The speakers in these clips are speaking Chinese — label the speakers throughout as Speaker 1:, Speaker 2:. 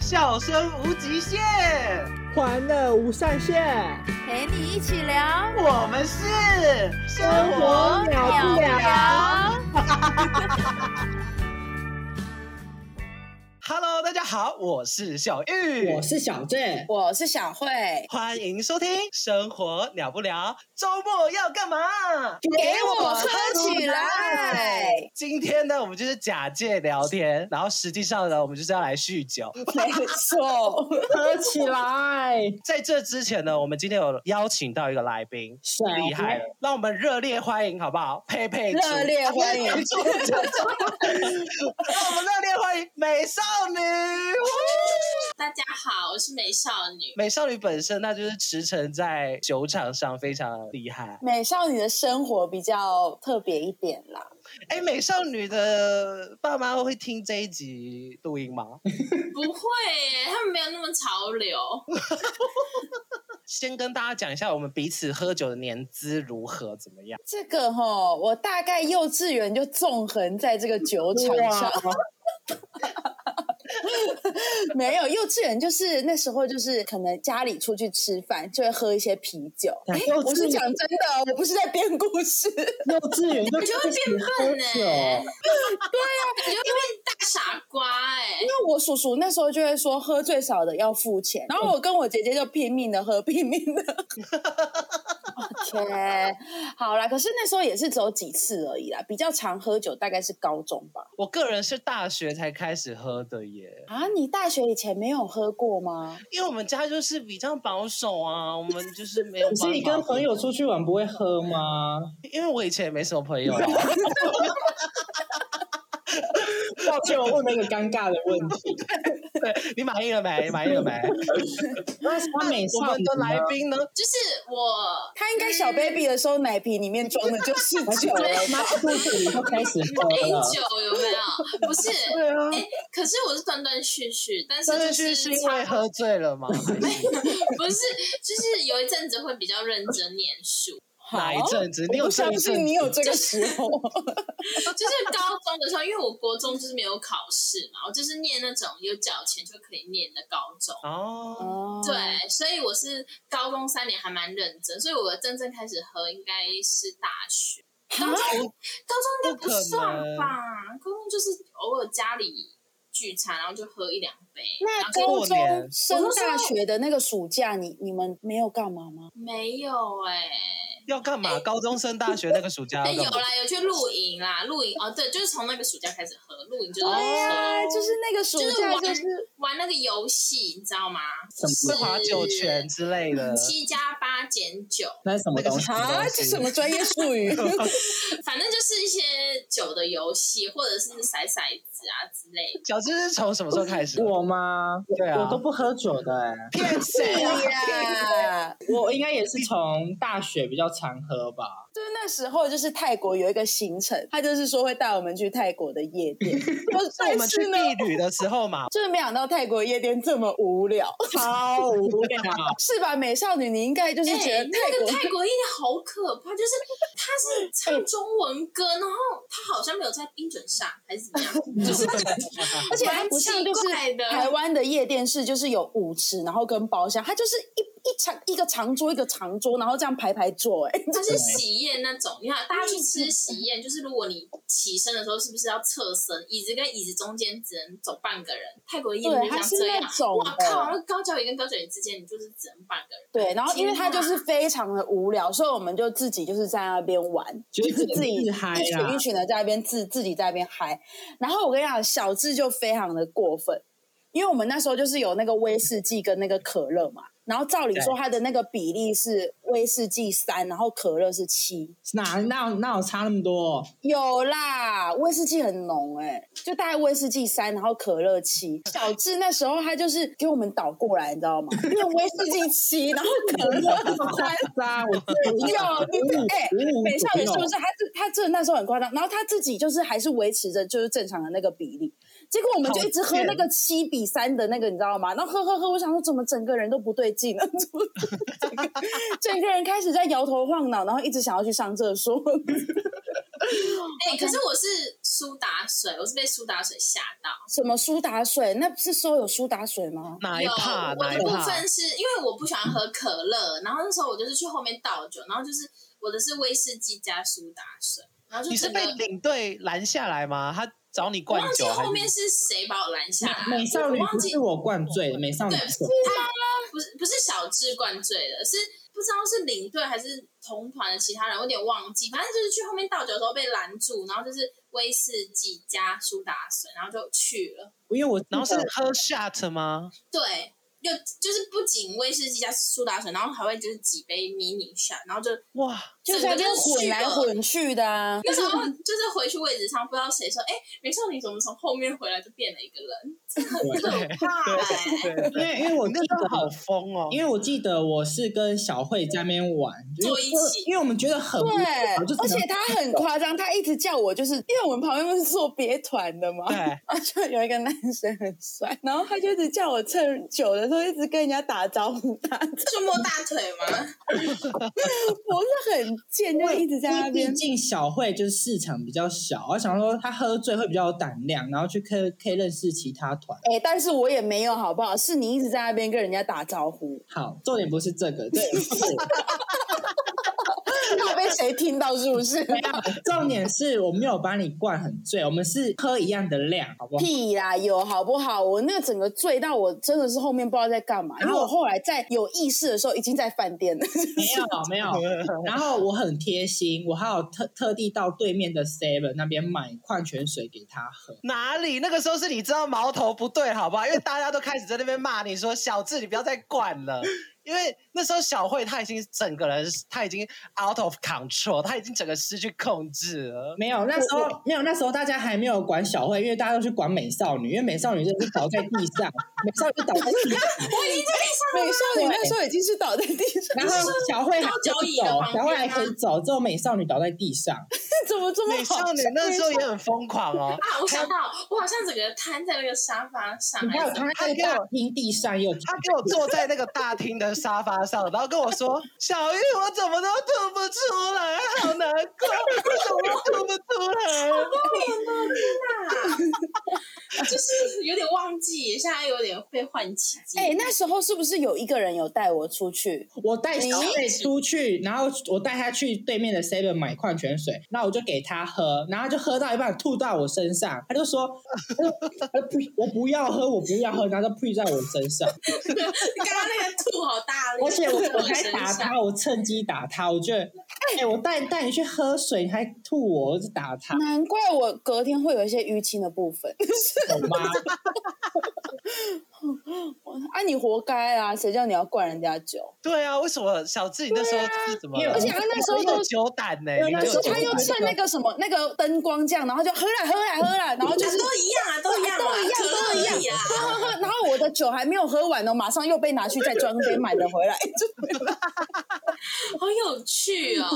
Speaker 1: 笑声无极限，
Speaker 2: 欢乐无上限，
Speaker 3: 陪你一起聊
Speaker 1: 我们是生
Speaker 2: 活秒不了。
Speaker 1: Hello，大家好，我是小玉，
Speaker 2: 我是小郑，
Speaker 3: 我是小慧，
Speaker 1: 欢迎收听《生活了不了》，周末要干嘛？
Speaker 3: 给我喝起来！
Speaker 1: 今天呢，我们就是假借聊天，然后实际上呢，我们就是要来酗酒。
Speaker 3: 没错，
Speaker 2: 喝起来！
Speaker 1: 在这之前呢，我们今天有邀请到一个来宾，
Speaker 2: 谁
Speaker 1: 厉害了，让我们热烈欢迎好不好？佩佩猪，
Speaker 3: 热烈欢迎
Speaker 1: 佩佩猪让我们热烈欢迎美少女。
Speaker 4: 大家好，我是美少女。
Speaker 1: 美少女本身，那就是驰骋在酒场上非常厉害。
Speaker 3: 美少女的生活比较特别一点啦。
Speaker 1: 哎，美少女的爸妈会听这一集录音吗？
Speaker 4: 不会耶，他们没有那么潮流。
Speaker 1: 先跟大家讲一下我们彼此喝酒的年资如何怎么样？
Speaker 3: 这个哈，我大概幼稚园就纵横在这个酒场上，没有幼稚园就是那时候就是可能家里出去吃饭就会喝一些啤酒。
Speaker 2: 哎
Speaker 3: 诶
Speaker 2: 幼稚
Speaker 3: 我是
Speaker 2: 园
Speaker 3: 讲真的，我不是在编故事。
Speaker 2: 幼稚园就开始喝
Speaker 4: 就会变笨
Speaker 2: 酒，
Speaker 4: 感觉会变大傻瓜哎、
Speaker 3: 因为我叔叔那时候就会说喝最少的要付钱，然后我跟我姐姐就拼命的喝，拼命的。天，好啦，可是那时候也是只有几次而已啦，比较常喝酒大概是高中吧。
Speaker 1: 我个人是大学才开始喝的耶，
Speaker 3: 啊，你大学以前没有喝过吗？
Speaker 1: 因为我们家就是比较保守啊，我们就是没有
Speaker 2: 可
Speaker 1: 办法。
Speaker 2: 是你跟朋友出去玩不会喝吗？
Speaker 1: 因为我以前也没什么朋 友啊，
Speaker 2: 抱歉，我问了一个尴尬的问题。
Speaker 1: 对你满意了没？满意 了没？
Speaker 2: 那他美
Speaker 1: 我
Speaker 2: 少啊
Speaker 1: 们
Speaker 2: 女
Speaker 1: 的来
Speaker 2: 呢
Speaker 1: 宾呢？
Speaker 4: 就是我，
Speaker 3: 他应该小 baby 的时候奶瓶里面装的就是 酒了吧。
Speaker 2: 妈肚子里就开始喝
Speaker 4: 很
Speaker 2: 了，
Speaker 4: 久有没有？不是，
Speaker 1: 对啊，
Speaker 4: 哎、可是我是断断续续，但是
Speaker 1: 真的
Speaker 4: 就是是
Speaker 1: 是因为喝醉了吗？
Speaker 4: 不是，就是有一阵子会比较认真念书，
Speaker 1: 哪一阵子？你有
Speaker 3: 我不
Speaker 1: 这
Speaker 3: 相
Speaker 1: 一
Speaker 3: 信
Speaker 1: 阵
Speaker 3: 你
Speaker 1: 子？
Speaker 3: 有这个时 候，
Speaker 4: 就是高中的时候，因为我国中就是没有考试嘛，我就是念那种有缴钱就可以念的高中。
Speaker 1: 哦，
Speaker 4: 对，所以我是高中三年还蛮认真，所以我真正开始喝应该是大学。高中高中应该不算吧？高中就是偶尔家里聚餐，然后就喝一两杯。
Speaker 3: 那
Speaker 4: 然后就
Speaker 3: 高
Speaker 1: 过
Speaker 3: 中
Speaker 1: 年
Speaker 3: 升大学的那个暑假，你你们没有干嘛吗？
Speaker 4: 没有哎、
Speaker 1: 要干嘛？高中升大学那个暑假
Speaker 4: 哎、
Speaker 1: 要
Speaker 4: 有
Speaker 1: 干嘛？
Speaker 4: 啦，有去露营啦，露营哦，对，就是从那个暑假开始喝，露营就是喝、
Speaker 3: 对啊呀、就是那个暑
Speaker 4: 就是
Speaker 3: 假
Speaker 4: 玩
Speaker 3: 就是。
Speaker 4: 玩那个游戏，你知道吗？
Speaker 2: 什
Speaker 1: 会
Speaker 2: 么
Speaker 1: 划酒泉之类的。
Speaker 4: 七加八减九，
Speaker 2: 那是什么东西？
Speaker 3: 啊，这什么专业术 语？
Speaker 4: 反正就是一些酒的游戏，或者是骰骰子啊之类的。
Speaker 1: 小智是从什么时候开始的？
Speaker 2: 我吗？
Speaker 1: 对啊
Speaker 2: 我都不喝酒的哎、
Speaker 1: 骗谁啊？
Speaker 3: 呀，
Speaker 2: 我应该也是从大学比较常喝吧。
Speaker 3: 就是那时候，就是泰国有一个行程，他就是说会带我们去泰国的夜店，
Speaker 1: 是我
Speaker 3: 但
Speaker 1: 们去
Speaker 3: 是呢，
Speaker 1: 避旅的时候嘛，
Speaker 3: 就是没想到泰国夜店这么无聊，
Speaker 2: 超无聊，
Speaker 3: 是吧？美少女，你应该就是觉得
Speaker 4: 哎那
Speaker 3: 泰
Speaker 4: 个
Speaker 3: 国
Speaker 4: 泰国音好可怕，就是他是唱中文歌，然后他好像没有在音准上，还是 怎么样？
Speaker 2: 嗯
Speaker 4: 就是
Speaker 3: 而且它不像就是
Speaker 4: 蛮奇怪的
Speaker 3: 台湾的夜店是就是有舞池，然后跟包厢，它就是一一长一个长桌一个长桌，然后这样排排坐、哎，
Speaker 4: 他是喜宴那种，你看大家去吃喜宴，就是如果你起身的时候，是不是要侧身？椅子跟椅子中间只能走半个人。泰国夜店
Speaker 3: 对，
Speaker 4: 就
Speaker 3: 它
Speaker 4: 像
Speaker 3: 是
Speaker 4: 这
Speaker 3: 那
Speaker 4: 样。
Speaker 3: 种
Speaker 4: 哇
Speaker 3: 的
Speaker 4: 靠！那高脚椅跟高脚椅之间，你就是只能半个人。
Speaker 3: 对，然后因为他就
Speaker 4: 天哪
Speaker 3: 是非常的无聊，所以我们就自己就是在那边玩，
Speaker 2: 就
Speaker 3: 就是是自己
Speaker 2: 自嗨啦
Speaker 3: 一群一群的在那边自自己在那边嗨。然后我跟你讲，小智就非常的过分，因为我们那时候就是有那个威士忌跟那个可乐嘛，然后照理说它的那个比例是威士忌三，然后可乐是七，
Speaker 2: 哪哪有哪有差那么多？
Speaker 3: 有啦，威士忌很浓哎、就大概威士忌三，然后可乐七。小智那时候他就是给我们倒过来，你知道吗？变威士忌七，然后可 乐三。
Speaker 2: 啊，我
Speaker 3: 有， 你哎、
Speaker 2: 五
Speaker 3: 美少女是不是？她这她这那时候很夸张，然后她自己就是还是维持着就是正常的那个比例，结果我们就一直喝那个七比三的那个，你知道吗？然后喝喝喝，我想说怎么整个人都不对劲了，怎么整个整个人开始在摇头晃脑，然后一直想要去上厕所。
Speaker 4: 哎、可是我是苏打水，我是被苏打水吓到。
Speaker 3: 什么苏打水？那是说有苏打水吗？
Speaker 1: 哪一
Speaker 4: 有，
Speaker 1: 怕
Speaker 4: 我
Speaker 1: 哪
Speaker 4: 的
Speaker 1: 一
Speaker 4: 部
Speaker 1: 怕？
Speaker 4: 分是因为我不喜欢喝可乐，然后那时候我就是去后面倒酒，然后就是我的是威士忌加苏打水，然后就
Speaker 1: 你是
Speaker 4: 整个
Speaker 1: 被领队拦下来吗？他找你
Speaker 4: 我
Speaker 1: 灌
Speaker 4: 忘记
Speaker 1: 酒还
Speaker 4: 后
Speaker 1: 是
Speaker 4: 面是谁把我拦下来，
Speaker 2: 美少女
Speaker 4: 我忘
Speaker 2: 不
Speaker 4: 记
Speaker 2: 是我灌醉的，美少女
Speaker 4: 对，
Speaker 2: 不
Speaker 4: 不
Speaker 2: 是
Speaker 4: 是
Speaker 2: 我
Speaker 4: 他，不是不是小智灌醉了，是不知道是领队还是同团的其他人，我有点忘记。反正就是去后面倒酒的时候被拦住，然后就是威士忌加苏打水，然后就去了。
Speaker 2: 因为我
Speaker 1: 然后是喝 shot 吗？
Speaker 4: 对，就就是不仅威士忌加苏打水，然后还会就是几杯迷你 shot，然后就
Speaker 1: 哇，
Speaker 3: 就
Speaker 4: 整
Speaker 3: 在那
Speaker 4: 个就
Speaker 3: 边
Speaker 4: 是
Speaker 3: 混
Speaker 4: 去
Speaker 3: 来
Speaker 4: 了。
Speaker 3: 混去的啊。
Speaker 4: 那时候就是回去位置上，不知道谁说：“哎、美少女怎么从后面回来就变了一个人？” 这很可怕、欸。
Speaker 1: 对，
Speaker 2: 因为因为我
Speaker 1: 我
Speaker 2: 记
Speaker 1: 那时候
Speaker 2: 得
Speaker 1: 好疯哦，
Speaker 2: 因
Speaker 1: 为
Speaker 2: 为我记得我是跟小慧在那边玩，就是
Speaker 4: 坐一起
Speaker 2: 因为我们觉得很无
Speaker 3: 对
Speaker 2: 聊，就，
Speaker 3: 而
Speaker 2: 是
Speaker 3: 且他很夸张，他一直叫我，就是因为我们旁边不是做别团的嘛，
Speaker 1: 对
Speaker 3: 然后就有一个男生很帅，然后他就一直叫我趁酒的时候一直跟人家打招呼，打招
Speaker 4: 就摸大腿吗？
Speaker 3: 呼，我是很贱，就一直在那
Speaker 2: 因为
Speaker 3: 边
Speaker 2: 毕。竟小慧就是市场比较小，我想说她喝醉会比较有胆量，然后去可以可以认识其他团。
Speaker 3: 哎、但是我也没有好不好？是你一直在那边跟人家打招呼，
Speaker 2: 好，重点不是这个，对，是
Speaker 3: 怕被谁听到是不 是？
Speaker 2: 重点是我没有把你灌很醉，我们是喝一样的量，好不好？
Speaker 3: 屁啦，有好不好？我那个整个醉到我真的是后面不知道在干嘛，因为我后来在有意识的时候已经在饭店 了。
Speaker 2: 没有，没有。 然后我很贴心，我还有特特地到对面的 Seven 那边买矿泉水给她喝。
Speaker 1: 哪里？那个时候是你知道矛头不对，好不好？因为大家都开始在那边骂你说小智，你不要再灌 了。因为那时候小慧她已经整个人，她已经 out of control，她已经整个失去控制了。
Speaker 2: 没有，那时
Speaker 1: 我
Speaker 2: 候没有，那时候大家还没有管小慧，因为大家都去管美少女，因为美少女真的是倒在地上，美少女倒在地上，
Speaker 3: 美少女那时候已经是倒在地上，
Speaker 2: 然后小慧还可以走
Speaker 4: 高脚椅的，旁边
Speaker 2: 小
Speaker 4: 吗
Speaker 2: 慧还可以走，只有美少女倒在地上。
Speaker 3: 怎么这么
Speaker 1: 美少女那时候也很疯狂哦，
Speaker 4: 啊，我想到，我好像整个瘫在那个沙发上，
Speaker 2: 你还
Speaker 4: 还
Speaker 2: 有
Speaker 4: 是
Speaker 2: 她在大厅地上也有，
Speaker 1: 他给我坐在那个大厅的沙发上，然后跟我说：“小玉，我怎么都吐不出来，好难 过，为什么我吐不出来
Speaker 4: 就是有点忘记，现在有点被唤起记忆。
Speaker 3: 哎、那时候是不是有一个人有带我出去？
Speaker 2: 我带小慧出去，然后我带她去对面的 Seven 买矿泉水，那我就给她喝，然后就喝到一半吐到我身上，她就说， 她就她就呸我不要喝，我不要喝，然后就呸在我身上。
Speaker 4: 刚刚那个吐好大力，
Speaker 2: 而且我我还
Speaker 4: 身
Speaker 2: 打
Speaker 4: 上
Speaker 2: 他，我趁机打他，我觉得，哎、我带带你去喝水，你还吐我，我就打他，
Speaker 3: 难怪我隔天会有一些淤青的部分。
Speaker 2: 懂吗？
Speaker 3: 啊，你活该啊！谁叫你要灌人家酒？？”
Speaker 1: 对啊，为什么小智你那时候是怎么
Speaker 2: 对啊
Speaker 1: 了？
Speaker 2: 而且
Speaker 3: 他那时候
Speaker 1: 你
Speaker 3: 都
Speaker 1: 有酒胆呢、
Speaker 2: 因为
Speaker 1: 你
Speaker 2: 那
Speaker 1: 很
Speaker 3: 可
Speaker 1: 有酒
Speaker 3: 是他
Speaker 1: 胆
Speaker 3: 又趁那个什么那个灯光这样，然后就喝啦喝啦喝啦，然后就是
Speaker 4: 都一样啊，都一样啊，
Speaker 3: 都一样
Speaker 4: 可乐而已啊。
Speaker 3: 喝喝喝，然后我的酒还没有喝完呢，马上又被拿去再装杯买的回来。
Speaker 4: 好有趣哦！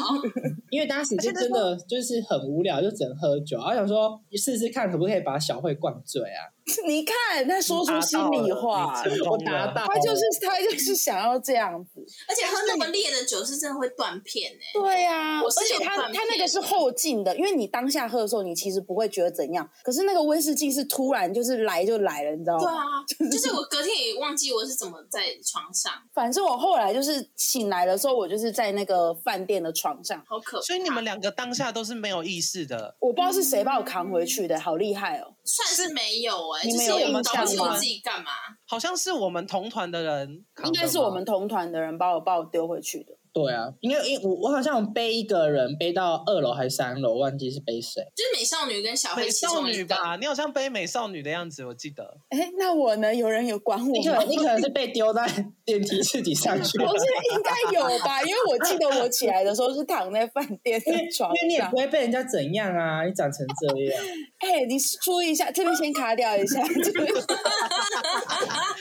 Speaker 2: 因为当时就真的就是很无聊，就只能喝酒，然后想说试试看可不可以把小慧灌醉啊，
Speaker 3: 你看他说出心里话，
Speaker 1: 你成
Speaker 2: 我
Speaker 1: 功了
Speaker 2: 达到了，
Speaker 3: 他就是他就是想要这样子。
Speaker 4: 而且喝那么烈的酒是真的会断片哎、
Speaker 3: 对啊呀、
Speaker 4: 我是
Speaker 3: 而且
Speaker 4: 有
Speaker 3: 他
Speaker 4: 断片
Speaker 3: 他那个是后劲的，因为你当下喝的时候，你其实不会觉得怎样，可是那个威士忌是突然就是来就来了，你知道
Speaker 4: 对
Speaker 3: 吗？
Speaker 4: 啊，就是我隔天也忘记我是怎么在床上，
Speaker 3: 反正我后来就是醒来的时候，我就是在那个饭店的床上，
Speaker 4: 好可怕。
Speaker 1: 所以你们两个当下都是没有意识的。
Speaker 3: 我不知道是谁把我扛回去的，好厉害哦！
Speaker 4: 算是没有哎、
Speaker 3: 你
Speaker 4: 就
Speaker 3: 们
Speaker 4: 是
Speaker 3: 有
Speaker 4: 我
Speaker 1: 印
Speaker 4: 搞不清
Speaker 1: 象
Speaker 4: 楚
Speaker 1: 吗
Speaker 4: 自己干嘛。
Speaker 1: 好像是我们同团的人扛
Speaker 3: 应
Speaker 1: 的吗，
Speaker 3: 该是我们同团的人把我把我丢回去的。
Speaker 2: 对啊，因为因为我我好像有背一个人背到二楼还是三楼，忘记是背谁，
Speaker 4: 就是美少女跟小
Speaker 1: 美
Speaker 4: 黑其
Speaker 1: 少
Speaker 4: 中
Speaker 1: 女
Speaker 4: 一个，
Speaker 1: 吧？你好像背美少女的样子，我记 得。
Speaker 3: 哎，那我呢？有人有管我
Speaker 2: 你可能
Speaker 3: 吗？
Speaker 2: 你可能是被丢在电梯自己上 去 的
Speaker 3: 不是应该有吧？因为我记得我起来的时候是躺在饭店
Speaker 2: 因为
Speaker 3: 的床
Speaker 2: 因为你也
Speaker 3: 上
Speaker 2: 不。会被人家怎样啊，你长成这 样。
Speaker 3: 哎、你注意一下，这边先卡掉一下。这边
Speaker 1: 这边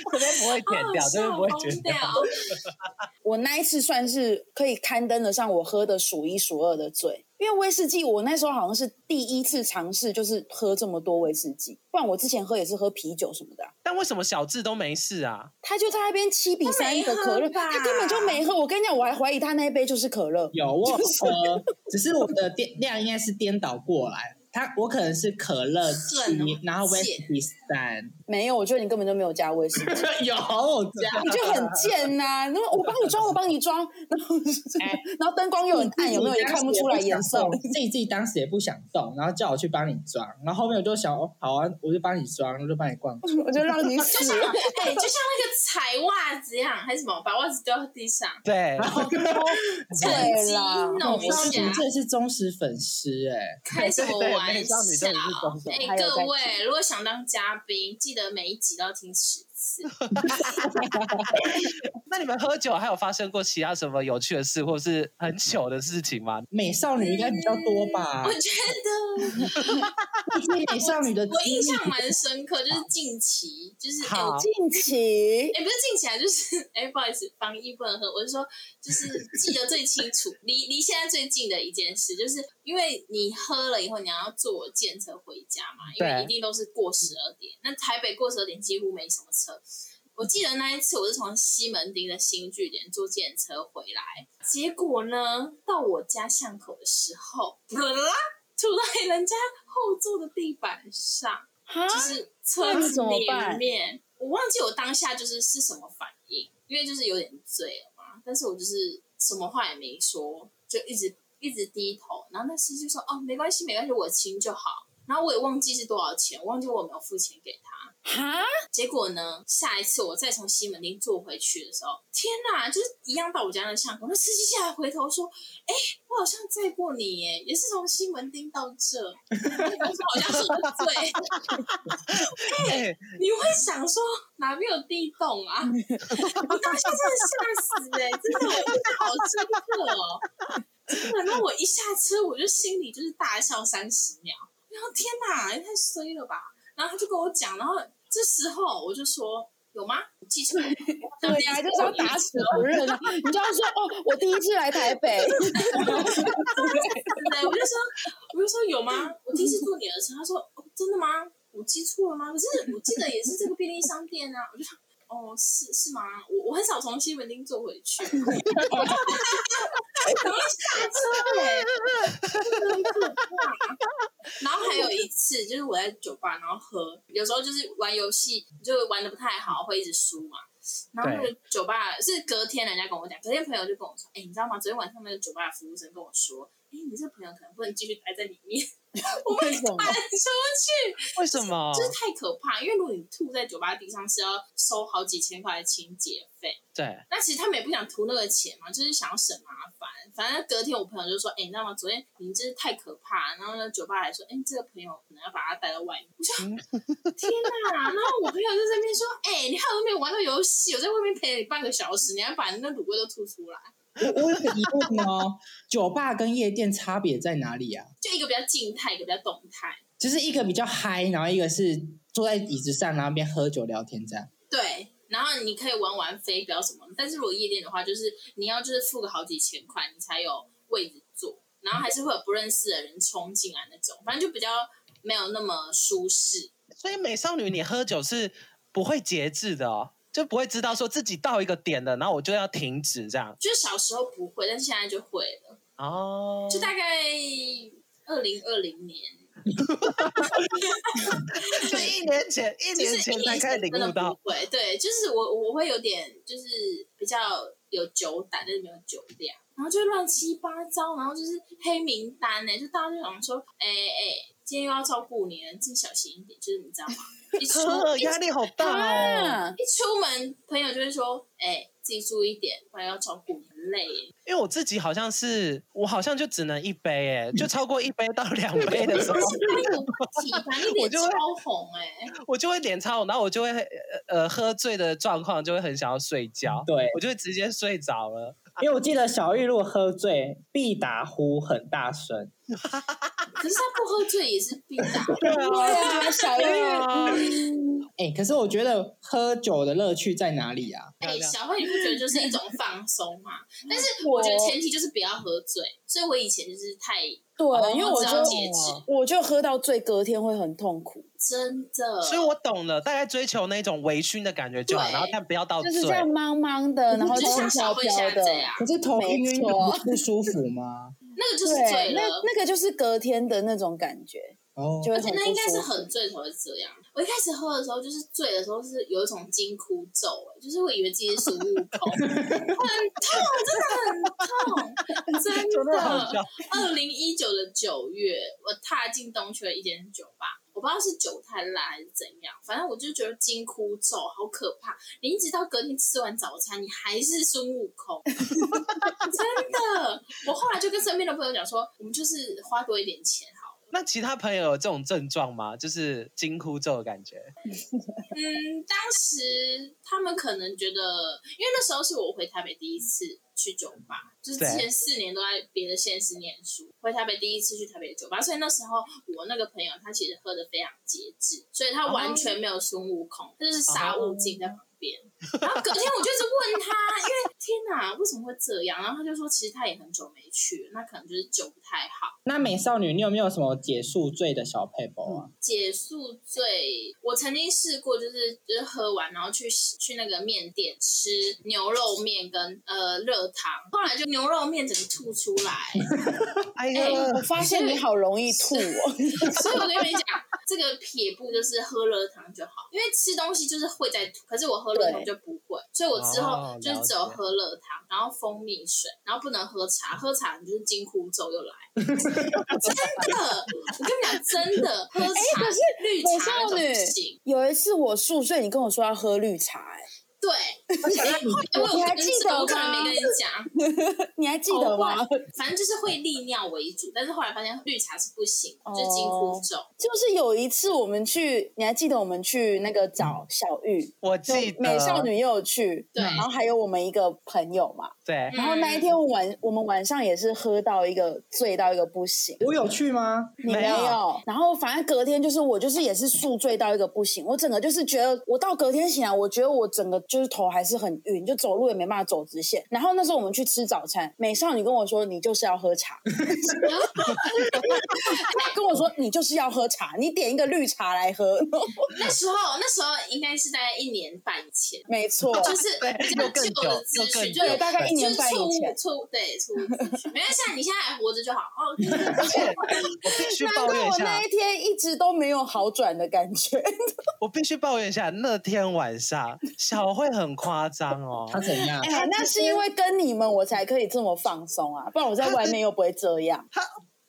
Speaker 1: 不会剪掉，这边不会剪
Speaker 4: 啊掉。
Speaker 3: 我那一次算是可以刊登得上我喝的数一数二的醉，因为威士忌我那时候好像是第一次尝试，就是喝这么多威士忌，不然我之前喝也是喝啤酒什么的啊、
Speaker 1: 但为什么小智都没事啊？
Speaker 3: 他就在那边七比三的可乐，
Speaker 4: 他没喝吧
Speaker 3: 他根本就没喝。我跟你讲，我还怀疑他那一杯就是可乐。
Speaker 2: 有我有喝，只是我的颠量应该是颠倒过来，它我可能是可乐
Speaker 4: 顺哦
Speaker 2: 七，然后威士
Speaker 4: 贱
Speaker 2: 忌三，
Speaker 3: 没有，我觉得你根本就没有加威 士忌，
Speaker 2: 有
Speaker 3: 你
Speaker 2: 加。
Speaker 3: 就很贱呐、那么我帮你装，我帮你装，然后、
Speaker 2: 哎
Speaker 3: 然后灯光又很暗，有没有也看不出来颜 色？
Speaker 2: 自己自己当时也不想动，然后叫我去帮你装，然后后面我就想，哦，好啊，我就帮你装，我就帮你灌。
Speaker 3: 我就让你
Speaker 4: 就
Speaker 3: 死
Speaker 4: 像。哎、就像那个踩袜子一样，还是什么，把袜子丢到地上，
Speaker 1: 对，
Speaker 4: 趁
Speaker 3: 对
Speaker 4: 机
Speaker 3: 啦
Speaker 4: 弄一
Speaker 2: 知道
Speaker 4: 下
Speaker 2: 你。这是忠实粉丝哎、
Speaker 4: 开什么
Speaker 1: 对对
Speaker 4: 玩
Speaker 1: 没错你
Speaker 4: 笑
Speaker 1: 真的是疯？子
Speaker 4: 哎、
Speaker 3: 还有
Speaker 4: 各
Speaker 3: 在
Speaker 4: 位，如果想当嘉宾，记得每一集都要听十次。
Speaker 1: 那你们喝酒还有发生过其他什么有趣的事，或是很糗的事情吗？
Speaker 2: 美少女应该比较多吧
Speaker 4: 嗯我？觉得
Speaker 2: 毕竟美少女的
Speaker 4: 我印象
Speaker 2: 记忆
Speaker 4: 蛮深刻，就是近期，就是哎、
Speaker 1: 好
Speaker 4: 我
Speaker 3: 近期
Speaker 4: 哎、不是近期啊，就是 哎、不好意思，防疫不能喝。我是说，就是记得最清楚，离离现在最近的一件事，就是因为你喝了以后，你要坐电车回家嘛，因为
Speaker 1: 对
Speaker 4: 一定都是过十二点。那台北过十二点几乎没什么车。我记得那一次，我是从西门町的新据点坐电车回来，结果呢，到我家巷口的时候， 啦，吐在人家后座的地板上。
Speaker 3: 啊
Speaker 4: 就是车
Speaker 3: 那你
Speaker 4: 子
Speaker 3: 怎么办
Speaker 4: 里面，我忘记我当下就是是什么反应，因为就是有点醉了嘛，但是我就是什么话也没说，就一直一直低头，然后那司机就说哦没关系没关系，我清就好，然后我也忘记是多少钱，我忘记我有没有付钱给他，
Speaker 3: 哈，
Speaker 4: 结果呢，下一次我再从西门町坐回去的时候，天哪，就是一样到我家那巷口，那司机下来回头说：“哎、我好像载过你耶，也是从西门町到这。”我说好像喝醉，
Speaker 1: 哎，
Speaker 4: 你会想说哪边有地洞啊？ 我当时真的吓死哎、真的我好深刻哦。真的，那我一下车我就心里就是大笑三十秒，然后天哪，也太衰了吧！然后他就跟我讲，然后这时候我就说有吗？你 记错了，
Speaker 3: 对啊，就是要打死不认啊！ 你就要说哦，我第一次来台北，
Speaker 4: 对，我就说，我就说有吗？我第一次坐你的车，他说、哦、真的吗？我记错了吗？可是我记得也是这个便利商店啊，我就说哦是是吗？我我很少从西门町坐回去， 然后哎下车哎、欸，真的很可怕。然后还有一次就是我在酒吧，然后喝，有时候就是玩游戏就玩的不太好，会一直输嘛。然后那个酒吧是隔天人家跟我讲，隔天朋友就跟我说，哎、你知道吗？昨天晚上那个酒吧的服务生跟我说，哎、你这个朋友可能不能继续待在里面，我被
Speaker 3: 为 什么
Speaker 4: 赶出去，
Speaker 1: 为什么
Speaker 4: 就？是太可怕。因为如果你吐在酒吧地上，是要收好几千块的清洁费。
Speaker 1: 对，
Speaker 4: 那其实他们也不想图那个钱嘛，就是想要省麻烦。反正隔天我朋友就说：“哎、你知道吗？昨天你真是太可怕。”然后呢，酒吧还说：“哎、这个朋友可能要把他带到外面。”我就 天哪、然后我朋友就在那边说：“哎、你还有没有玩到游戏？我在外面陪了你半个小时，你还把那卤味都吐出来。
Speaker 2: 我我有个疑问哦，酒吧跟夜店差别在哪里啊？
Speaker 4: 就一个比较静态，一个比较动态。
Speaker 2: 就是一个比较嗨，然后一个是坐在椅子上，然后边喝酒聊天这样。
Speaker 4: 对，然后你可以玩玩飞镖什么，但是如果夜店的话，就是你要就是付个好几千块，你才有位置坐，然后还是会有不认识的人冲进来那种，反正就比较没有那么舒适。
Speaker 1: 所以美少女，你喝酒是不会节制的哦，就不会知道说自己到一个点了，然后我就要停止这样
Speaker 4: 就是小时候不会，但是现在就会了，
Speaker 1: 哦。
Speaker 4: 就大概二零二零年，
Speaker 1: 就一年前，一
Speaker 4: 就是
Speaker 1: 年前才
Speaker 4: 一年
Speaker 1: 开始
Speaker 4: 前
Speaker 1: 领
Speaker 4: 真的
Speaker 1: 悟
Speaker 4: 不
Speaker 1: 到，
Speaker 4: 会。对，就是我我会有点就是比较有酒胆，但是没有酒量，然后就乱七八糟，然后就是黑名单呢、欸就大家就想说，哎、哎、今天又要照顾你了，自己小心一点，就是你知道吗？一出
Speaker 1: 呵，
Speaker 4: 一
Speaker 1: 压力好大哦。
Speaker 3: 啊，
Speaker 4: 一出门，朋友就会说，哎、自己注意点，不然要照顾你很累欸耶、
Speaker 1: 因为我自己好像是，我好像就只能一杯，哎，就超过一杯到两杯哦的时候，
Speaker 4: 体反正脸
Speaker 1: 我就会
Speaker 4: 超红哎、
Speaker 1: 我就会脸超红，然后我就会呃呃喝醉的状况就会很想要睡觉，
Speaker 2: 对
Speaker 1: 我就会直接睡着了。
Speaker 2: 因为我记得小玉如果喝醉，必打呼很大声。
Speaker 4: 可是他不喝醉也是必打。
Speaker 1: 对啊，
Speaker 3: 对啊，小玉
Speaker 1: 对啊，
Speaker 2: 哎、可是我觉得喝酒的乐趣在哪里啊？
Speaker 4: 哎、
Speaker 1: 漂亮
Speaker 4: 小慧，你不觉得就是一种放松 吗？但是我觉得前提就是不要喝醉，所以我以前就是太
Speaker 3: 对，因为
Speaker 4: 我
Speaker 3: 我
Speaker 4: 只
Speaker 3: 就
Speaker 4: 要节制，
Speaker 3: 我就喝到醉，隔天会很痛苦，
Speaker 4: 真的。
Speaker 1: 所以我懂了，大概追求那种微醺的感觉就好，
Speaker 4: 对
Speaker 1: 然后但不要到
Speaker 3: 就
Speaker 1: 哦醉。
Speaker 3: 是这样茫茫的，然后
Speaker 4: 就
Speaker 3: 轻
Speaker 4: 像小
Speaker 3: 飘
Speaker 4: 慧
Speaker 3: 飘
Speaker 4: 现在
Speaker 3: 的
Speaker 4: 这。样，
Speaker 2: 可是头晕晕的
Speaker 3: 没错
Speaker 2: 不不舒服 吗？
Speaker 4: 那个就是醉
Speaker 3: 对，那
Speaker 4: 了。
Speaker 3: 那个就是隔天的那种感觉，
Speaker 2: 哦，
Speaker 3: 就会
Speaker 4: 而
Speaker 3: 很
Speaker 4: 且
Speaker 3: 不
Speaker 4: 那应该是
Speaker 3: 舒服。
Speaker 4: 很醉才会这样。我一开始喝的时候，就是醉的时候是有一种惊哭咒、哎，就是我以为自己是孙悟空， 很痛，真 的很痛，真
Speaker 1: 真
Speaker 3: 啊
Speaker 1: 的好
Speaker 4: 的
Speaker 1: 笑。
Speaker 4: 二零一九的九月，我踏进东区的一间酒吧，我不知道是酒太辣还是怎样，反正我就觉得惊哭咒好可怕。你一直到隔天吃完早餐，你还是孙悟空， 真的。我后来就跟身边的朋友讲说，我们就是花多一点钱好了。
Speaker 1: 那其他朋友有这种症状吗？就是惊呼咒的感觉。
Speaker 4: 嗯，当时他们可能觉得，因为那时候是我回台北第一次去酒吧，就是之前
Speaker 1: 对
Speaker 4: 四年都在别的县市念书，回台北第一次去台北的酒吧，所以那时候我那个朋友他其实喝的非常节制，所以他完全没有孙悟空，他就是杀悟净在旁边。然后隔天我就一直问他，因为天哪，为什么会这样？然后他就说，其实他也很久没去了，那可能就是酒不太好。
Speaker 2: 那美少女，你有没有什么解宿醉的小配包啊？
Speaker 4: 解宿醉，我曾经试过，就是就是喝完然后去去那个面店吃牛肉面跟呃热汤，后来就牛肉面整个吐出来。
Speaker 1: 哎呀，
Speaker 4: 哎
Speaker 3: 我发现你好容易吐哦，
Speaker 4: 所以我跟你们讲，这个撇步就是喝热汤就好，因为吃东西就是会在吐，可是我喝热汤就不会，所以我之后
Speaker 1: 哦
Speaker 4: 就是只有喝热汤，然后蜂蜜水，然后不能喝茶，喝茶你就是金箍咒又 来，真的，我跟你讲真的，喝茶、
Speaker 3: 哎可是
Speaker 4: 绿
Speaker 3: 美
Speaker 4: 茶那
Speaker 3: 少
Speaker 4: 种
Speaker 3: 女
Speaker 4: 不行，
Speaker 3: 有一次我宿醉，你跟我说要喝绿茶、哎，
Speaker 4: 对。哎我有
Speaker 3: 你还
Speaker 4: 跟
Speaker 3: 记
Speaker 4: 这个
Speaker 3: 得
Speaker 4: 我可能没
Speaker 3: 吗
Speaker 4: 跟你讲，
Speaker 3: 你还记得吗？
Speaker 4: 反正就是会利尿为主，但是后来发现绿茶是不行，
Speaker 3: 哦
Speaker 4: 就是金箍咒。
Speaker 3: 就是有一次我们去，你还记得我们去那个找小玉，
Speaker 1: 我记
Speaker 3: 就
Speaker 1: 得
Speaker 3: 美少女也有去，
Speaker 4: 对
Speaker 3: 然后还有我们一个朋友嘛，
Speaker 1: 对
Speaker 4: 嗯
Speaker 3: 然后那一天晚我们晚上也是喝到一个醉到一个不行。
Speaker 2: 我有去吗？
Speaker 3: 你没
Speaker 1: 没
Speaker 3: 有
Speaker 1: 有，
Speaker 3: 然后反正隔天就是我就是也是宿醉到一个不行，我整个就是觉得我到隔天醒来，我觉得我整个就是头还是很晕，就走路也没办法走直线。然后那时候我们去吃早餐，美少女跟我说你就是要喝 茶，她跟我说你就是要喝茶，你点一个绿茶来喝，
Speaker 4: 那时候那时候应该是在一年半以前，
Speaker 3: 没错，
Speaker 4: 就是
Speaker 1: 对
Speaker 4: 比较
Speaker 1: 又更
Speaker 4: 旧
Speaker 1: 久
Speaker 4: 的资
Speaker 1: 又更
Speaker 4: 讯，
Speaker 1: 久
Speaker 4: 就是
Speaker 3: 对大概一年半以
Speaker 4: 就是
Speaker 3: 前
Speaker 4: 错误错误对错误资讯，没关系啊，你现在还活着就好。哦，就是
Speaker 1: 而且我必须
Speaker 3: 难
Speaker 1: 抱
Speaker 3: 怪
Speaker 1: 怨一
Speaker 3: 我
Speaker 1: 下
Speaker 3: 那，一天一直都没有好转的感觉。
Speaker 1: 我必须抱怨一下，那天晚上小慧很夸张 哦，
Speaker 2: 他怎样？
Speaker 3: 哎、那是因为跟你们我才可以这么放松啊，不然我在外面又不会这样。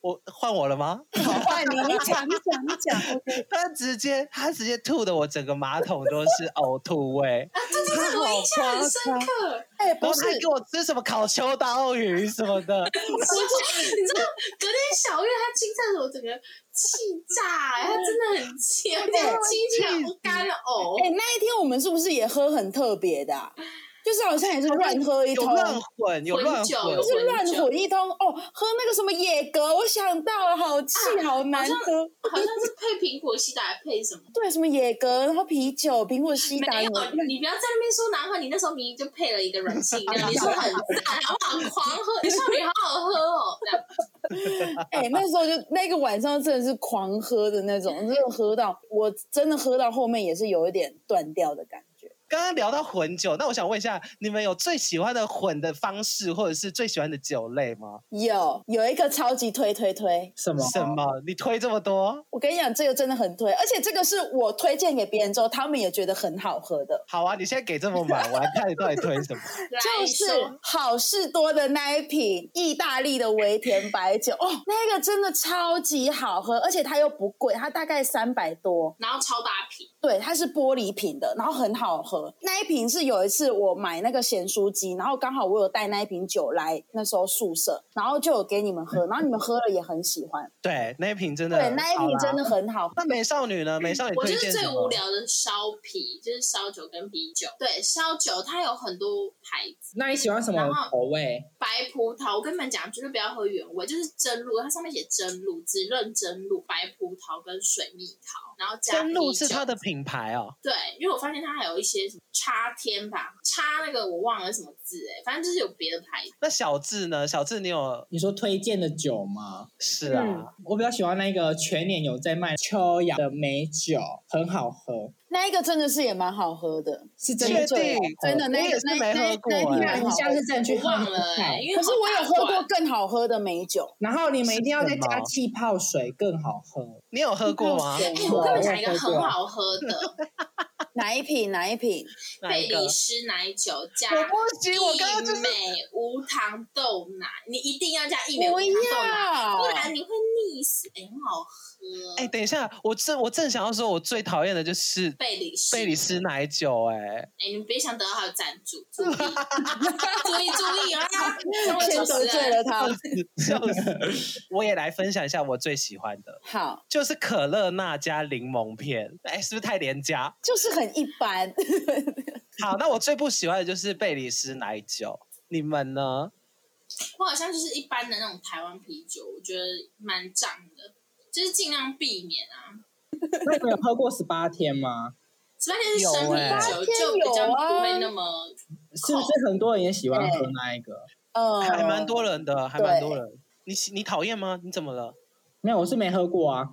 Speaker 1: 我换我了 吗？
Speaker 3: 好，换你，你讲，你讲，你讲。
Speaker 1: 她直接她直接吐的我整个马桶都是呕吐味，
Speaker 4: 这个我印象很深刻。
Speaker 3: 哎、
Speaker 1: 然
Speaker 3: 不
Speaker 1: 后
Speaker 3: 是
Speaker 1: 她，还给我吃什么烤秋刀鱼什么的，
Speaker 4: 你知道，隔天小月她亲厕所，我整个气炸、欸，她真的很气，而且亲起来我干了呕
Speaker 3: 哎、。那一天我们是不是也喝很特别的啊、就是好像也是乱喝一
Speaker 1: 有
Speaker 3: 通，
Speaker 1: 乱混有乱
Speaker 4: 混酒
Speaker 1: 混
Speaker 4: 有，
Speaker 3: 就是乱混一通哦，喝那个什么野格，我想到了，好气，
Speaker 4: 啊
Speaker 3: 好难喝。
Speaker 4: 好像是配苹果西打，还配什么？
Speaker 3: 对，什么野格，然后啤酒、苹果西达
Speaker 4: 没
Speaker 3: 你
Speaker 4: 有，你不要在那边说难喝。你那时候明明就配了一个软 性饮料，你说很赞，好不好？狂喝，你少女好好喝哦，这样。
Speaker 3: 哎、那时候就那个晚上真的是狂喝的那种，真的喝到我真的喝到后面也是有一点断掉的感觉。
Speaker 1: 刚刚聊到混酒，那我想问一下，你们有最喜欢的混的方式，或者是最喜欢的酒类吗？
Speaker 3: 有有一个超级推推推，
Speaker 2: 什么？
Speaker 1: 什？么？你推这么多？
Speaker 3: 我跟你讲，这个真的很推，而且这个是我推荐给别人之后，他们也觉得很好喝的，
Speaker 1: 好啊，你现在给这么满，我来看你到底推 什么。
Speaker 4: 来
Speaker 3: 就是
Speaker 4: 说，
Speaker 3: 好事多的那一瓶意大利的微甜白酒哦，那个真的超级好喝，而且它又不贵，它大概三百多，
Speaker 4: 然后超大瓶，
Speaker 3: 对，它是玻璃瓶的，然后很好喝，喝。那一瓶是有一次我买那个咸酥鸡，然后刚好我有带那一瓶酒来那时候宿舍，然后就有给你们喝，然后你们喝了也很喜欢。
Speaker 1: 对，那一瓶真的，
Speaker 3: 对，那一瓶真
Speaker 1: 的。
Speaker 3: 的很好。
Speaker 1: 那美少女呢？美少女
Speaker 4: 嗯我
Speaker 1: 推
Speaker 4: 觉得
Speaker 1: 荐什
Speaker 4: 最
Speaker 1: 么
Speaker 4: 无？聊的烧啤，就是烧酒跟啤酒。对，烧酒它有很多牌子，
Speaker 2: 那你喜欢什
Speaker 4: 然
Speaker 2: 么
Speaker 4: 后
Speaker 2: 口味？
Speaker 4: 白葡萄，我跟你们讲，就是不要喝原味，就是真露，它上面写真露，只认真露，白葡萄跟水蜜桃，然后加
Speaker 1: 真露是
Speaker 4: 啤酒
Speaker 1: 它的品牌哦，
Speaker 4: 对，因为我发现它还有一些什么插天吧，插那个我忘了什么字哎、反正就是有别的牌子。
Speaker 1: 那小智呢？小智你有
Speaker 2: 你说推荐的酒吗？
Speaker 1: 是啊？
Speaker 3: 嗯
Speaker 2: 我比较喜欢那个全年有在卖秋雅的美酒，很好喝，
Speaker 3: 那一个真的是也蛮好喝的，
Speaker 2: 是真
Speaker 1: 确
Speaker 2: 的。
Speaker 1: 定？
Speaker 3: 真的
Speaker 1: 我
Speaker 3: 那
Speaker 1: 也是
Speaker 3: 那
Speaker 1: 没喝过
Speaker 3: 那那
Speaker 1: 欸
Speaker 3: 那
Speaker 2: 那你下次真的去
Speaker 4: 我
Speaker 2: 喝
Speaker 4: 忘
Speaker 2: 喝
Speaker 4: 了、
Speaker 2: 看
Speaker 4: 欸，因为
Speaker 3: 可是我有喝
Speaker 4: 好大
Speaker 3: 过
Speaker 4: 罐，
Speaker 3: 更好喝的美酒。
Speaker 2: 然后你们一定要再
Speaker 1: 是什
Speaker 2: 加
Speaker 1: 么
Speaker 2: 气泡水，更好喝。
Speaker 1: 你有喝过吗？
Speaker 4: 哎、
Speaker 3: 水
Speaker 4: 我跟你们
Speaker 2: 我
Speaker 4: 讲一个
Speaker 2: 有喝过
Speaker 4: 很好喝的
Speaker 3: 哪一瓶？哪一瓶？
Speaker 1: 哪
Speaker 4: 贝
Speaker 1: 一个？
Speaker 4: 里斯奶酒加
Speaker 1: 我不行，我刚刚就
Speaker 4: 一
Speaker 1: 是
Speaker 4: 美无糖豆奶，你一定要加一美无
Speaker 3: 不
Speaker 4: 糖豆奶，
Speaker 3: 要
Speaker 4: 不，然你会腻死。哎、很好喝。
Speaker 1: 哎，等一下，我正我正想要说，我最讨厌的就是
Speaker 4: 贝里斯，
Speaker 1: 贝里斯奶酒，哎，
Speaker 4: 哎、你们别想得到他有赞助，注意，注意，注意啊！当我
Speaker 3: 先
Speaker 4: 主
Speaker 3: 得
Speaker 4: 持
Speaker 3: 罪
Speaker 4: 人，
Speaker 3: 了他。
Speaker 1: 笑死！嗯 我也来分享一下我最喜欢的，
Speaker 3: 好，
Speaker 1: 就是可乐娜加柠檬片，哎，是不是太廉价？
Speaker 3: 就是很一般。
Speaker 1: 好，那我最不喜欢的就是贝里斯奶酒，你们呢？
Speaker 4: 我好像就是一般的那种台湾啤酒，我觉得蛮胀的，就是尽量避免啊。
Speaker 2: 那你们有喝过十八天吗？
Speaker 4: 十八天是生
Speaker 1: 有欸
Speaker 4: 啤酒，就比较不会那么。
Speaker 2: 是不是很多人也喜欢喝那一个？
Speaker 3: 呃，
Speaker 1: 还蛮多人的，还蛮多人。你喜你讨厌吗？你怎么了？
Speaker 2: 没有，我是没喝过啊，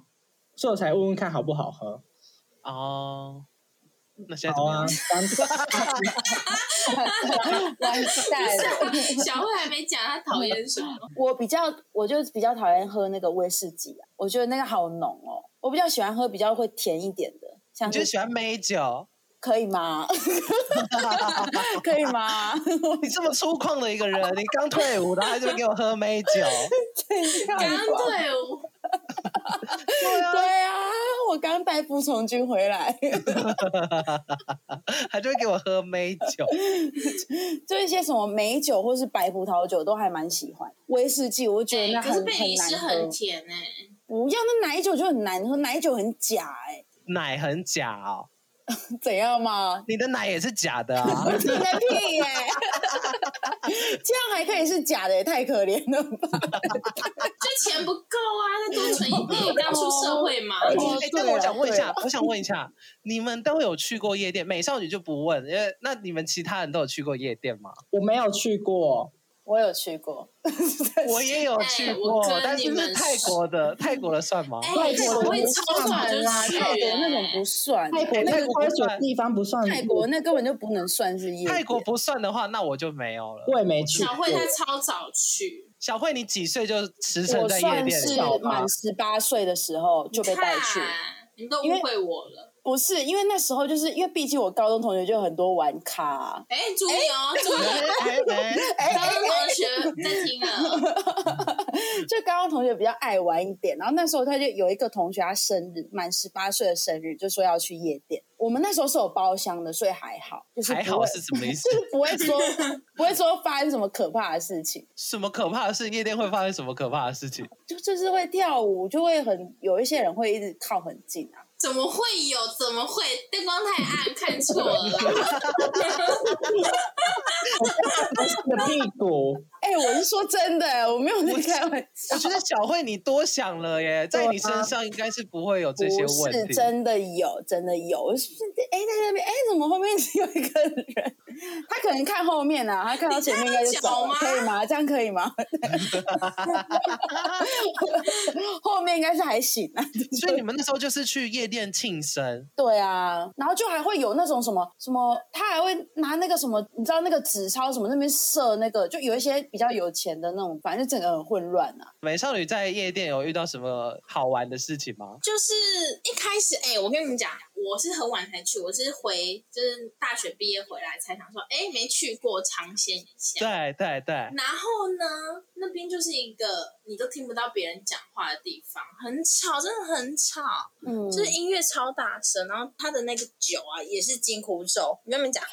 Speaker 2: 所以我才问问看好不好喝。
Speaker 1: 哦，那现在怎
Speaker 2: 好
Speaker 1: 么
Speaker 2: 啊
Speaker 1: 样？，
Speaker 2: 当
Speaker 3: 完蛋 了。
Speaker 4: 小慧还没讲她讨厌什么，
Speaker 3: 我比较，我就比较讨厌喝那个威士忌啊，我觉得那个好浓哦。我比较喜欢喝比较会甜一点的，像
Speaker 1: 你就是是喜欢美酒？
Speaker 3: 可以吗？ 可以吗？
Speaker 1: 你这么粗犷的一个人，你刚退伍，然后还就给我喝美酒？
Speaker 4: 刚刚对我
Speaker 1: 对啊，
Speaker 3: 对啊，我刚带服从军回 来，
Speaker 1: 还就会给我喝美酒。
Speaker 3: 就一些什么美酒或是白葡萄酒都还蛮喜欢。威士忌我觉得
Speaker 4: 哎
Speaker 3: 那
Speaker 4: 可
Speaker 3: 很
Speaker 4: 是贝
Speaker 3: 很
Speaker 4: 里斯
Speaker 3: 难
Speaker 4: 很
Speaker 3: 喝，
Speaker 4: 甜哎，
Speaker 3: 不要那奶酒就很难喝，奶酒很假哎、
Speaker 1: 奶很假哦，
Speaker 3: 怎样嘛？
Speaker 1: 你的奶也是假的啊！
Speaker 3: 你的屁耶、这样还可以是假的、也太可怜了吧！
Speaker 4: 就钱不够啊，再多存一点，刚出社会嘛。
Speaker 3: 哦
Speaker 1: 哎，
Speaker 3: 对
Speaker 1: 但
Speaker 3: 啊
Speaker 1: 我想问一
Speaker 3: 对
Speaker 1: 下
Speaker 3: 啊，
Speaker 1: 我想问一下，你们都有去过夜店？美少女就不问，因为那你们其他人都有去过夜店吗？
Speaker 2: 我没有去过，
Speaker 3: 我有去过，
Speaker 1: 我也有去
Speaker 4: 哎我
Speaker 1: 过，
Speaker 4: 跟
Speaker 1: 但
Speaker 4: 你
Speaker 1: 是是
Speaker 4: 们
Speaker 1: 泰
Speaker 4: 说
Speaker 1: 国的，泰国的算吗？
Speaker 4: 哎，
Speaker 2: 泰
Speaker 4: 小
Speaker 2: 国的
Speaker 4: 慧
Speaker 2: 不
Speaker 4: 超早
Speaker 2: 算
Speaker 4: 就
Speaker 2: 啦
Speaker 4: 去
Speaker 3: 泰国那种
Speaker 4: 哎
Speaker 3: 不算，
Speaker 2: 泰国那
Speaker 1: 泰
Speaker 2: 个
Speaker 1: 国不
Speaker 2: 喝酒
Speaker 1: 算
Speaker 2: 地方不算，
Speaker 3: 泰国那根本就不能算是夜店
Speaker 1: 泰国不算的话，那我就没有了。
Speaker 2: 我也没去
Speaker 4: 小
Speaker 2: 过
Speaker 4: 慧。她超早去，
Speaker 1: 小慧，你几岁就驰骋
Speaker 3: 我
Speaker 1: 在夜
Speaker 3: 算
Speaker 1: 店
Speaker 3: 是
Speaker 1: 里？
Speaker 3: 满十八岁的时候就被带去，
Speaker 4: 看，你们都误会我了。
Speaker 3: 不是因为那时候就是因为毕竟我高中同学就有很多玩咖啊、
Speaker 4: 哎，注意哦，注意哦，
Speaker 1: 哎 哎哎
Speaker 4: 高中同学在听
Speaker 3: 哎
Speaker 4: 了，
Speaker 3: 就高中同学比较爱玩一点，然后那时候他就有一个同学，他生日满十八岁的生日，就说要去夜店。我们那时候是有包厢的，所以还好，就是
Speaker 1: 还
Speaker 3: 不
Speaker 1: 好
Speaker 3: 会
Speaker 1: 是什么意思
Speaker 3: 就？是不会说不会说发生什么可怕的事情，
Speaker 1: 什么可怕的事？夜店会发生什么可怕的事情？
Speaker 3: 就就是会跳舞，就会很有一些人会一直靠很近啊。
Speaker 4: 怎么会有？怎么会？灯光太暗，看错了 啦。
Speaker 2: 我的屁股，
Speaker 3: 哎、我是说真的、我没有在开玩笑
Speaker 1: 我，觉得小慧你多想了耶，在你身上应该是啊不会有这些
Speaker 3: 不
Speaker 1: 问
Speaker 3: 是
Speaker 1: 题。
Speaker 3: 真的有，真的有，是不是？哎、在那边，哎、怎么后面有一个人？他可能看后面啊，他看到前面应该就走了，
Speaker 4: 你看
Speaker 3: 可
Speaker 4: 他
Speaker 3: 以吗？这样可以吗？ 后面应该是还行啊，
Speaker 1: 所以你们那时候就是去夜店庆生，
Speaker 3: 对啊，然后就还会有那种什么什么，他还会拿那个什么，你知道那个纸钞什么那边射那个，就有一些比较有钱的那种，反正就整个很混乱啊。
Speaker 1: 美少女在夜店有遇到什么好玩的事情吗？
Speaker 4: 就是一开始，哎、我跟你们讲，我是很晚才去，我是回就是大学毕业回来才想说，哎、没去过，尝鲜一下。
Speaker 1: 对对对，
Speaker 4: 然后呢，那边就是一个你都听不到别人讲话的地方，很吵，真的很吵。
Speaker 3: 嗯，
Speaker 4: 就是音乐超大声，然后他的那个酒啊也是金箍咒。你跟他 们讲，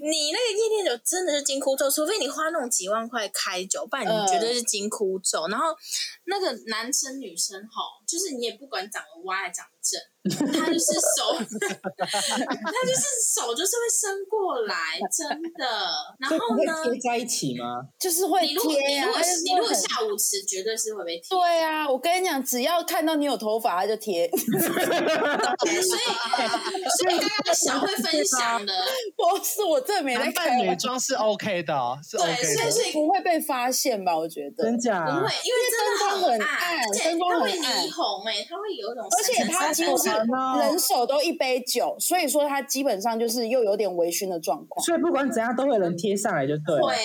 Speaker 4: 你那个夜店酒真的是金箍咒，除非你花那种几万块开酒，不然
Speaker 3: 嗯
Speaker 4: 你绝对是金箍咒。然后那个男生女生吼，就是你也不管长得歪还长得 正，他就是手， 他就是手就是会伸过来，真的。然
Speaker 2: 所以
Speaker 4: 后
Speaker 2: 不
Speaker 4: 呢
Speaker 2: 会，贴在一起吗？
Speaker 3: 就是会
Speaker 4: 你如果
Speaker 3: 贴啊
Speaker 4: 你
Speaker 3: 呀、
Speaker 4: 如果
Speaker 3: 但是
Speaker 4: 你如果
Speaker 3: 很
Speaker 4: 下舞池，绝对是会被贴。
Speaker 3: 对啊，我跟你讲，只要看到你有头发，他就贴。
Speaker 4: 所以，
Speaker 3: 啊
Speaker 4: 所以刚刚小慧分享的，
Speaker 3: 我是我这没在
Speaker 1: 男
Speaker 3: 看
Speaker 1: 扮，女装是 OK 的哦，是
Speaker 4: 对
Speaker 1: OK
Speaker 4: 所以
Speaker 1: 的。
Speaker 4: 是
Speaker 3: 不会被发现吧？我觉得，
Speaker 2: 真假？
Speaker 4: 不会，因为真的
Speaker 3: 因为灯光很
Speaker 4: 暗，
Speaker 3: 暗
Speaker 4: 而且
Speaker 3: 灯光
Speaker 4: 它
Speaker 3: 很
Speaker 4: 会
Speaker 3: 暗
Speaker 4: 霓虹哎、它会有一种
Speaker 3: 而且
Speaker 4: 闪闪
Speaker 3: 他
Speaker 4: 闪
Speaker 3: 几
Speaker 4: 闪
Speaker 3: 乎
Speaker 4: 闪
Speaker 3: 是
Speaker 4: 闪，
Speaker 2: 哦
Speaker 3: 人手都一杯酒，所以说他基本上就是又有点微醺的状况。
Speaker 2: 所以不管怎样都会有人贴上来就对了。
Speaker 4: 会。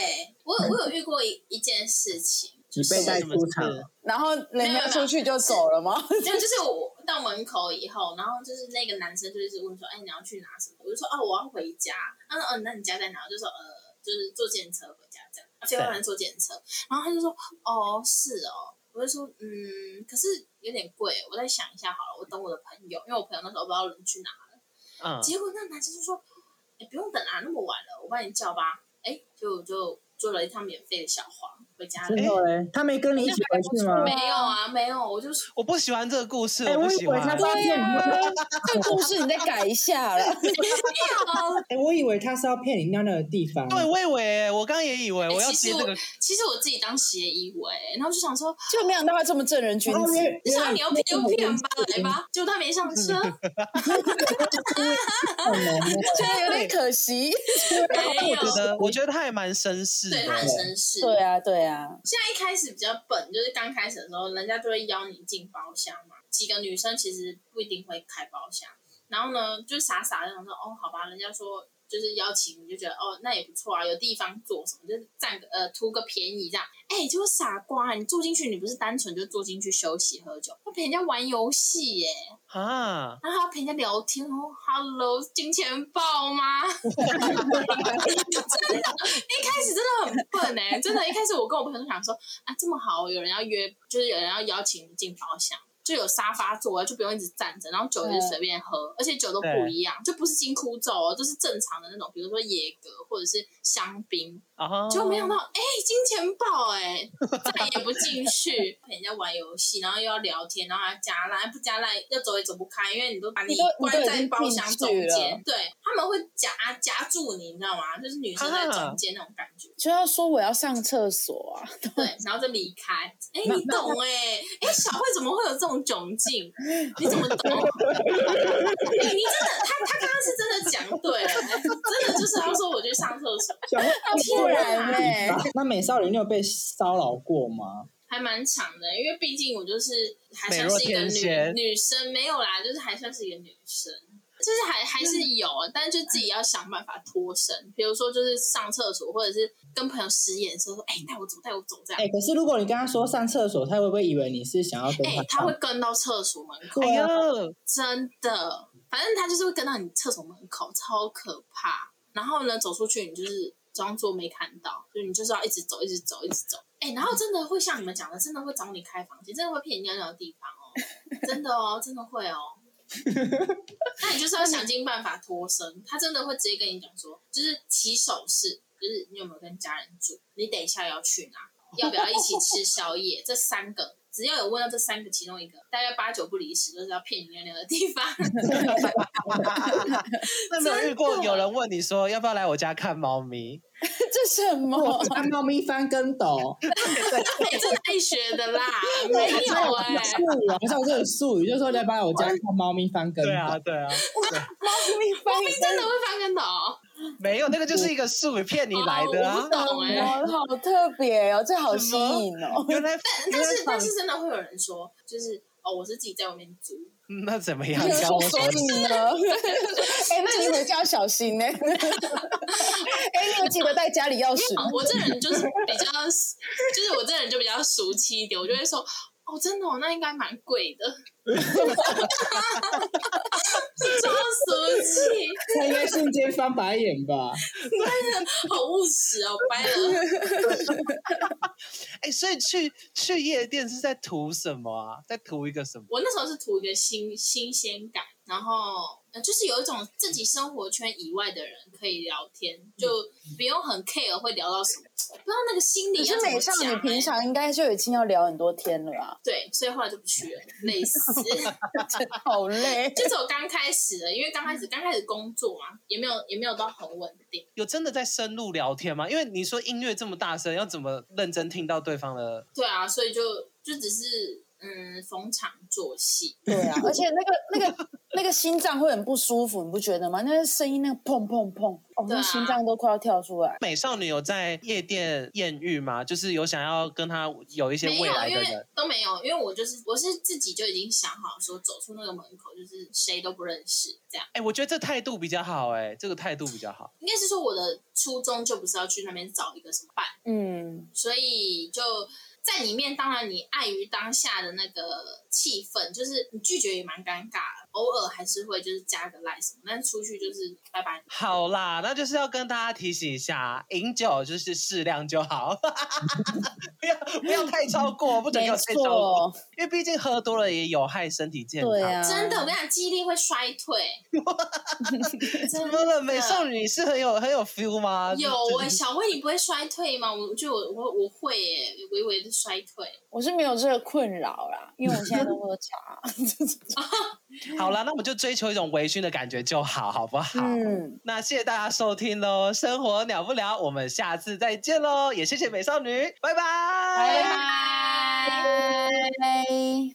Speaker 4: 我有我有遇过一一件事情，
Speaker 2: 你被带出场，
Speaker 3: 然后人
Speaker 4: 没
Speaker 3: 家
Speaker 4: 有啦
Speaker 3: 出去就走了吗？
Speaker 4: 没有，就是我到门口以后，然后就是那个男生就一直问说：“哎，你要去拿什么？”我就说：“哦，我要回家。”他说：“哦，那你家在哪？”我就说：“呃，就是坐电车回家这样。”啊，非要人坐电车，然后他就说：“哦，是哦。”我就说：“嗯，可是有点贵，我再想一下好了，我等我的朋友，因为我朋友那时候不知道人去哪。”
Speaker 1: 嗯，
Speaker 4: 结果那男生就说：“哎、不用等啦、那么晚了，我帮你叫吧。哎，就就做了一趟免费的小黄回家了。
Speaker 2: 真的嘞？他没跟你一起回去吗
Speaker 3: 哎？
Speaker 4: 没有啊，没有，我就说
Speaker 1: 我不喜欢这个故事，
Speaker 2: 哎，
Speaker 1: 我
Speaker 2: 我
Speaker 1: 不
Speaker 2: 以
Speaker 1: 喜
Speaker 2: 为
Speaker 1: 欢。
Speaker 2: 他发骗你，
Speaker 3: 啊 这故事你再改一下了。
Speaker 2: 哎，我以为他是要骗你尿尿的地方。
Speaker 1: 对，我以为，我刚刚也以为我要
Speaker 4: 哎其
Speaker 1: 接
Speaker 4: 实
Speaker 1: 这个
Speaker 4: 我，其实我自己当协议委，然后就想说，
Speaker 3: 就没想到他这么正人君
Speaker 2: 哦，
Speaker 3: 子，
Speaker 2: 原
Speaker 4: 就
Speaker 2: 原来
Speaker 4: 想你要骗就骗吧，来吧，结果他没上车，
Speaker 1: 嗯
Speaker 3: 现在有点可惜。
Speaker 4: 没 有
Speaker 1: 我，觉得，我觉得他还蛮绅士
Speaker 4: 对他很
Speaker 1: 的。
Speaker 4: 绅士。
Speaker 3: 对啊，对啊，
Speaker 4: 现在一开始比较笨，就是刚开始的时候，人家就会邀你进包厢嘛。几个女生其实不一定会开包厢，然后呢，就傻傻的想说，哦，好吧，人家说就是邀请，你就觉得哦，那也不错啊，有地方坐什么，就是占个呃图个便宜这样。哎，结果傻瓜，你坐进去，你不是单纯就坐进去休息喝酒，要陪人家玩游戏耶，
Speaker 1: 啊，
Speaker 4: 然后还要陪人家聊天哦，Hello，金钱豹吗？真的，一开始真的很笨哎、真的，一开始我跟我朋友想说，啊，这么好，有人要约，就是有人要邀请你进包厢，就有沙发坐，就不用一直站着，然后酒就是随便喝，而且酒都不一样，就不是金箍咒哦，就是正常的那种，比如说野格或者是香槟，
Speaker 3: 哦
Speaker 1: 啊，
Speaker 4: 结果没想到，哎、金钱豹哎、再也不进去， 陪人家玩游戏，然后又要聊天，然后还要加赖，不加赖又走也走不开，因为你都把
Speaker 3: 你都
Speaker 4: 关
Speaker 3: 你都已
Speaker 4: 在
Speaker 3: 经
Speaker 4: 包厢
Speaker 3: 进去
Speaker 4: 中
Speaker 3: 了
Speaker 4: 间，对，他们会夹夹住你，你知道吗？就是女生在
Speaker 3: 啊
Speaker 4: 中间那种感觉，
Speaker 3: 就要说我要上厕所啊，
Speaker 4: 对，然后就离开。哎、
Speaker 2: 那
Speaker 4: 你懂哎、哎、小慧怎么会有这种窘境？你怎么懂？ 哎、你真的，他他刚刚是真的讲对了，真的就是他说我去上厕 所，
Speaker 2: 小 慧
Speaker 3: 不然呢？
Speaker 2: 那美少女，你有被骚扰过吗？
Speaker 4: 还蛮长的，因为毕竟我就是还
Speaker 1: 美
Speaker 4: 算
Speaker 1: 若
Speaker 4: 是一个
Speaker 1: 天仙
Speaker 4: 女女生，没有啦，就是还算是一个女生，就是还还是有，啊但就自己要想办法脱身，比如说就是上厕所，或者是跟朋友使眼色说，哎、带我走，带我走这样，
Speaker 2: 哎，可是如果你跟他说上厕所，他会不会以为你是想要跟
Speaker 4: 哎、他会跟到厕所门口，
Speaker 1: 哎
Speaker 2: 对
Speaker 1: 呀
Speaker 2: 啊，，
Speaker 4: 真的，反正他就是会跟到你厕所门口，超可怕。然后呢，走出去你就是装作没看到，就你就是要一直走，一直走，一直走。哎、然后真的会像你们讲的，真的会找你开房间，真的会骗你尿尿的地方哦，真的哦，真的会哦。那你就是要想尽办法脱身，他真的会直接跟你讲说，就是起手式，就是你有没有跟家人住，你等一下要去哪，要不要一起吃宵夜，这三个。只要有问到这三个其中一个，大概八九不离十，就是要骗你尿尿的地方。
Speaker 1: 那没有遇过有人问你说要不要来我家看猫咪？
Speaker 3: 这什么
Speaker 2: 我？看猫咪翻跟斗，
Speaker 4: 哎、这太学的 啦，没有哎、
Speaker 2: 术语，好像这个术语，就是说你要把我家看猫咪翻跟斗。
Speaker 1: 对啊，对啊，
Speaker 3: 你翻
Speaker 4: 你真的会翻跟斗？
Speaker 1: 没有，那个就是一
Speaker 2: 哦
Speaker 1: 个术语骗你来的
Speaker 4: 哦
Speaker 1: 啊
Speaker 4: 我不。懂哎、
Speaker 3: 什么？好特别哦，这好吸引哦。
Speaker 1: 原来，
Speaker 4: 但
Speaker 1: 原来
Speaker 4: 是
Speaker 1: 反
Speaker 4: 但是真的会有人说，就是哦，我是自己在外面租，
Speaker 1: 嗯那怎 么样？
Speaker 3: 有
Speaker 1: 你要
Speaker 3: 说
Speaker 1: 我什
Speaker 3: 所
Speaker 1: 么
Speaker 3: 以呢？哎，那你回家要小心呢。 哎，你有记得带家里钥匙吗？
Speaker 4: 哦我这人就是比较，就是我这人就比较俗气一点，我就会说，哦，真的、哦，那应该蛮贵的， 超俗气。
Speaker 2: 那应该是瞬间翻白眼吧。
Speaker 4: 好务实哦，掰了。
Speaker 1: 哎、所以去去夜店是在图什么啊？在图一个什么？
Speaker 4: 我那时候是图一个新新鲜感，然后呃，就是有一种自己生活圈以外的人可以聊天，就
Speaker 1: 嗯
Speaker 4: 不用很 care 会聊到什么，不知道那个心理
Speaker 3: 可
Speaker 4: 要
Speaker 3: 是
Speaker 4: 怎
Speaker 3: 美
Speaker 4: 么
Speaker 3: 少
Speaker 4: 讲、
Speaker 3: 女平
Speaker 4: 欸。
Speaker 3: 常应该就已经要聊很多天了 啊，
Speaker 4: 对，所以后来就不去了，累死。
Speaker 3: 好累。
Speaker 4: 这是我刚开始的，因为刚开始刚开始工作嘛，也没有也没有到很稳定。
Speaker 1: 有真的在深入聊天吗？因为你说音乐这么大声，要怎么认真听到对方的？
Speaker 4: 对啊，所以就就只是嗯逢场作戏。
Speaker 3: 对啊，而且那个那个那个心脏会很不舒服，你不觉得吗？那个声音那个砰砰砰，哦，
Speaker 4: 对啊
Speaker 3: 那心脏都快要跳出来。
Speaker 1: 美少女有在夜店艳遇吗？就是有想要跟她有一些
Speaker 4: 没
Speaker 1: 未
Speaker 4: 有，
Speaker 1: 来
Speaker 4: 因
Speaker 1: 的
Speaker 4: 为
Speaker 1: 人？
Speaker 4: 都没有，因为我就是我是自己就已经想好说走出那个门口，就是谁都不认识这样。
Speaker 1: 哎、我觉得这态度比较好、哎，这个态度比较好。
Speaker 4: 应该是说我的初衷就不是要去那边找一个什么伴，
Speaker 3: 嗯，
Speaker 4: 所以就在里面，当然你碍于当下的那个气氛，就是你拒绝也蛮尴尬的，偶尔还是会就是加个 like 什么，但是出去就是拜拜。
Speaker 1: 好啊啦，那就是要跟大家提醒一下，饮酒就是适量就好， 不要不要太超过，不准给
Speaker 3: 没
Speaker 1: 我太超过，
Speaker 3: 错，
Speaker 1: 因为毕竟喝多了也有害身体健康。
Speaker 3: 对啊，
Speaker 4: 真的，我跟你讲，记忆力会衰退。
Speaker 1: 怎
Speaker 4: 真
Speaker 1: 么
Speaker 4: 的
Speaker 1: 了，美少女是很有很有 feel 吗？
Speaker 4: 有
Speaker 1: 就是
Speaker 4: 哎、小薇，你不会衰退吗？我觉得我我我会耶、微微的衰退。
Speaker 3: 我是没有这个困扰啦，因为我现在都喝茶。
Speaker 1: 好了，那我们就追求一种微醺的感觉就好，好不 好？
Speaker 3: 嗯，
Speaker 1: 那谢谢大家收听喽，生活了不了，我们下次再见喽，也谢谢美少女，拜拜
Speaker 3: 拜
Speaker 4: 拜。
Speaker 3: 拜。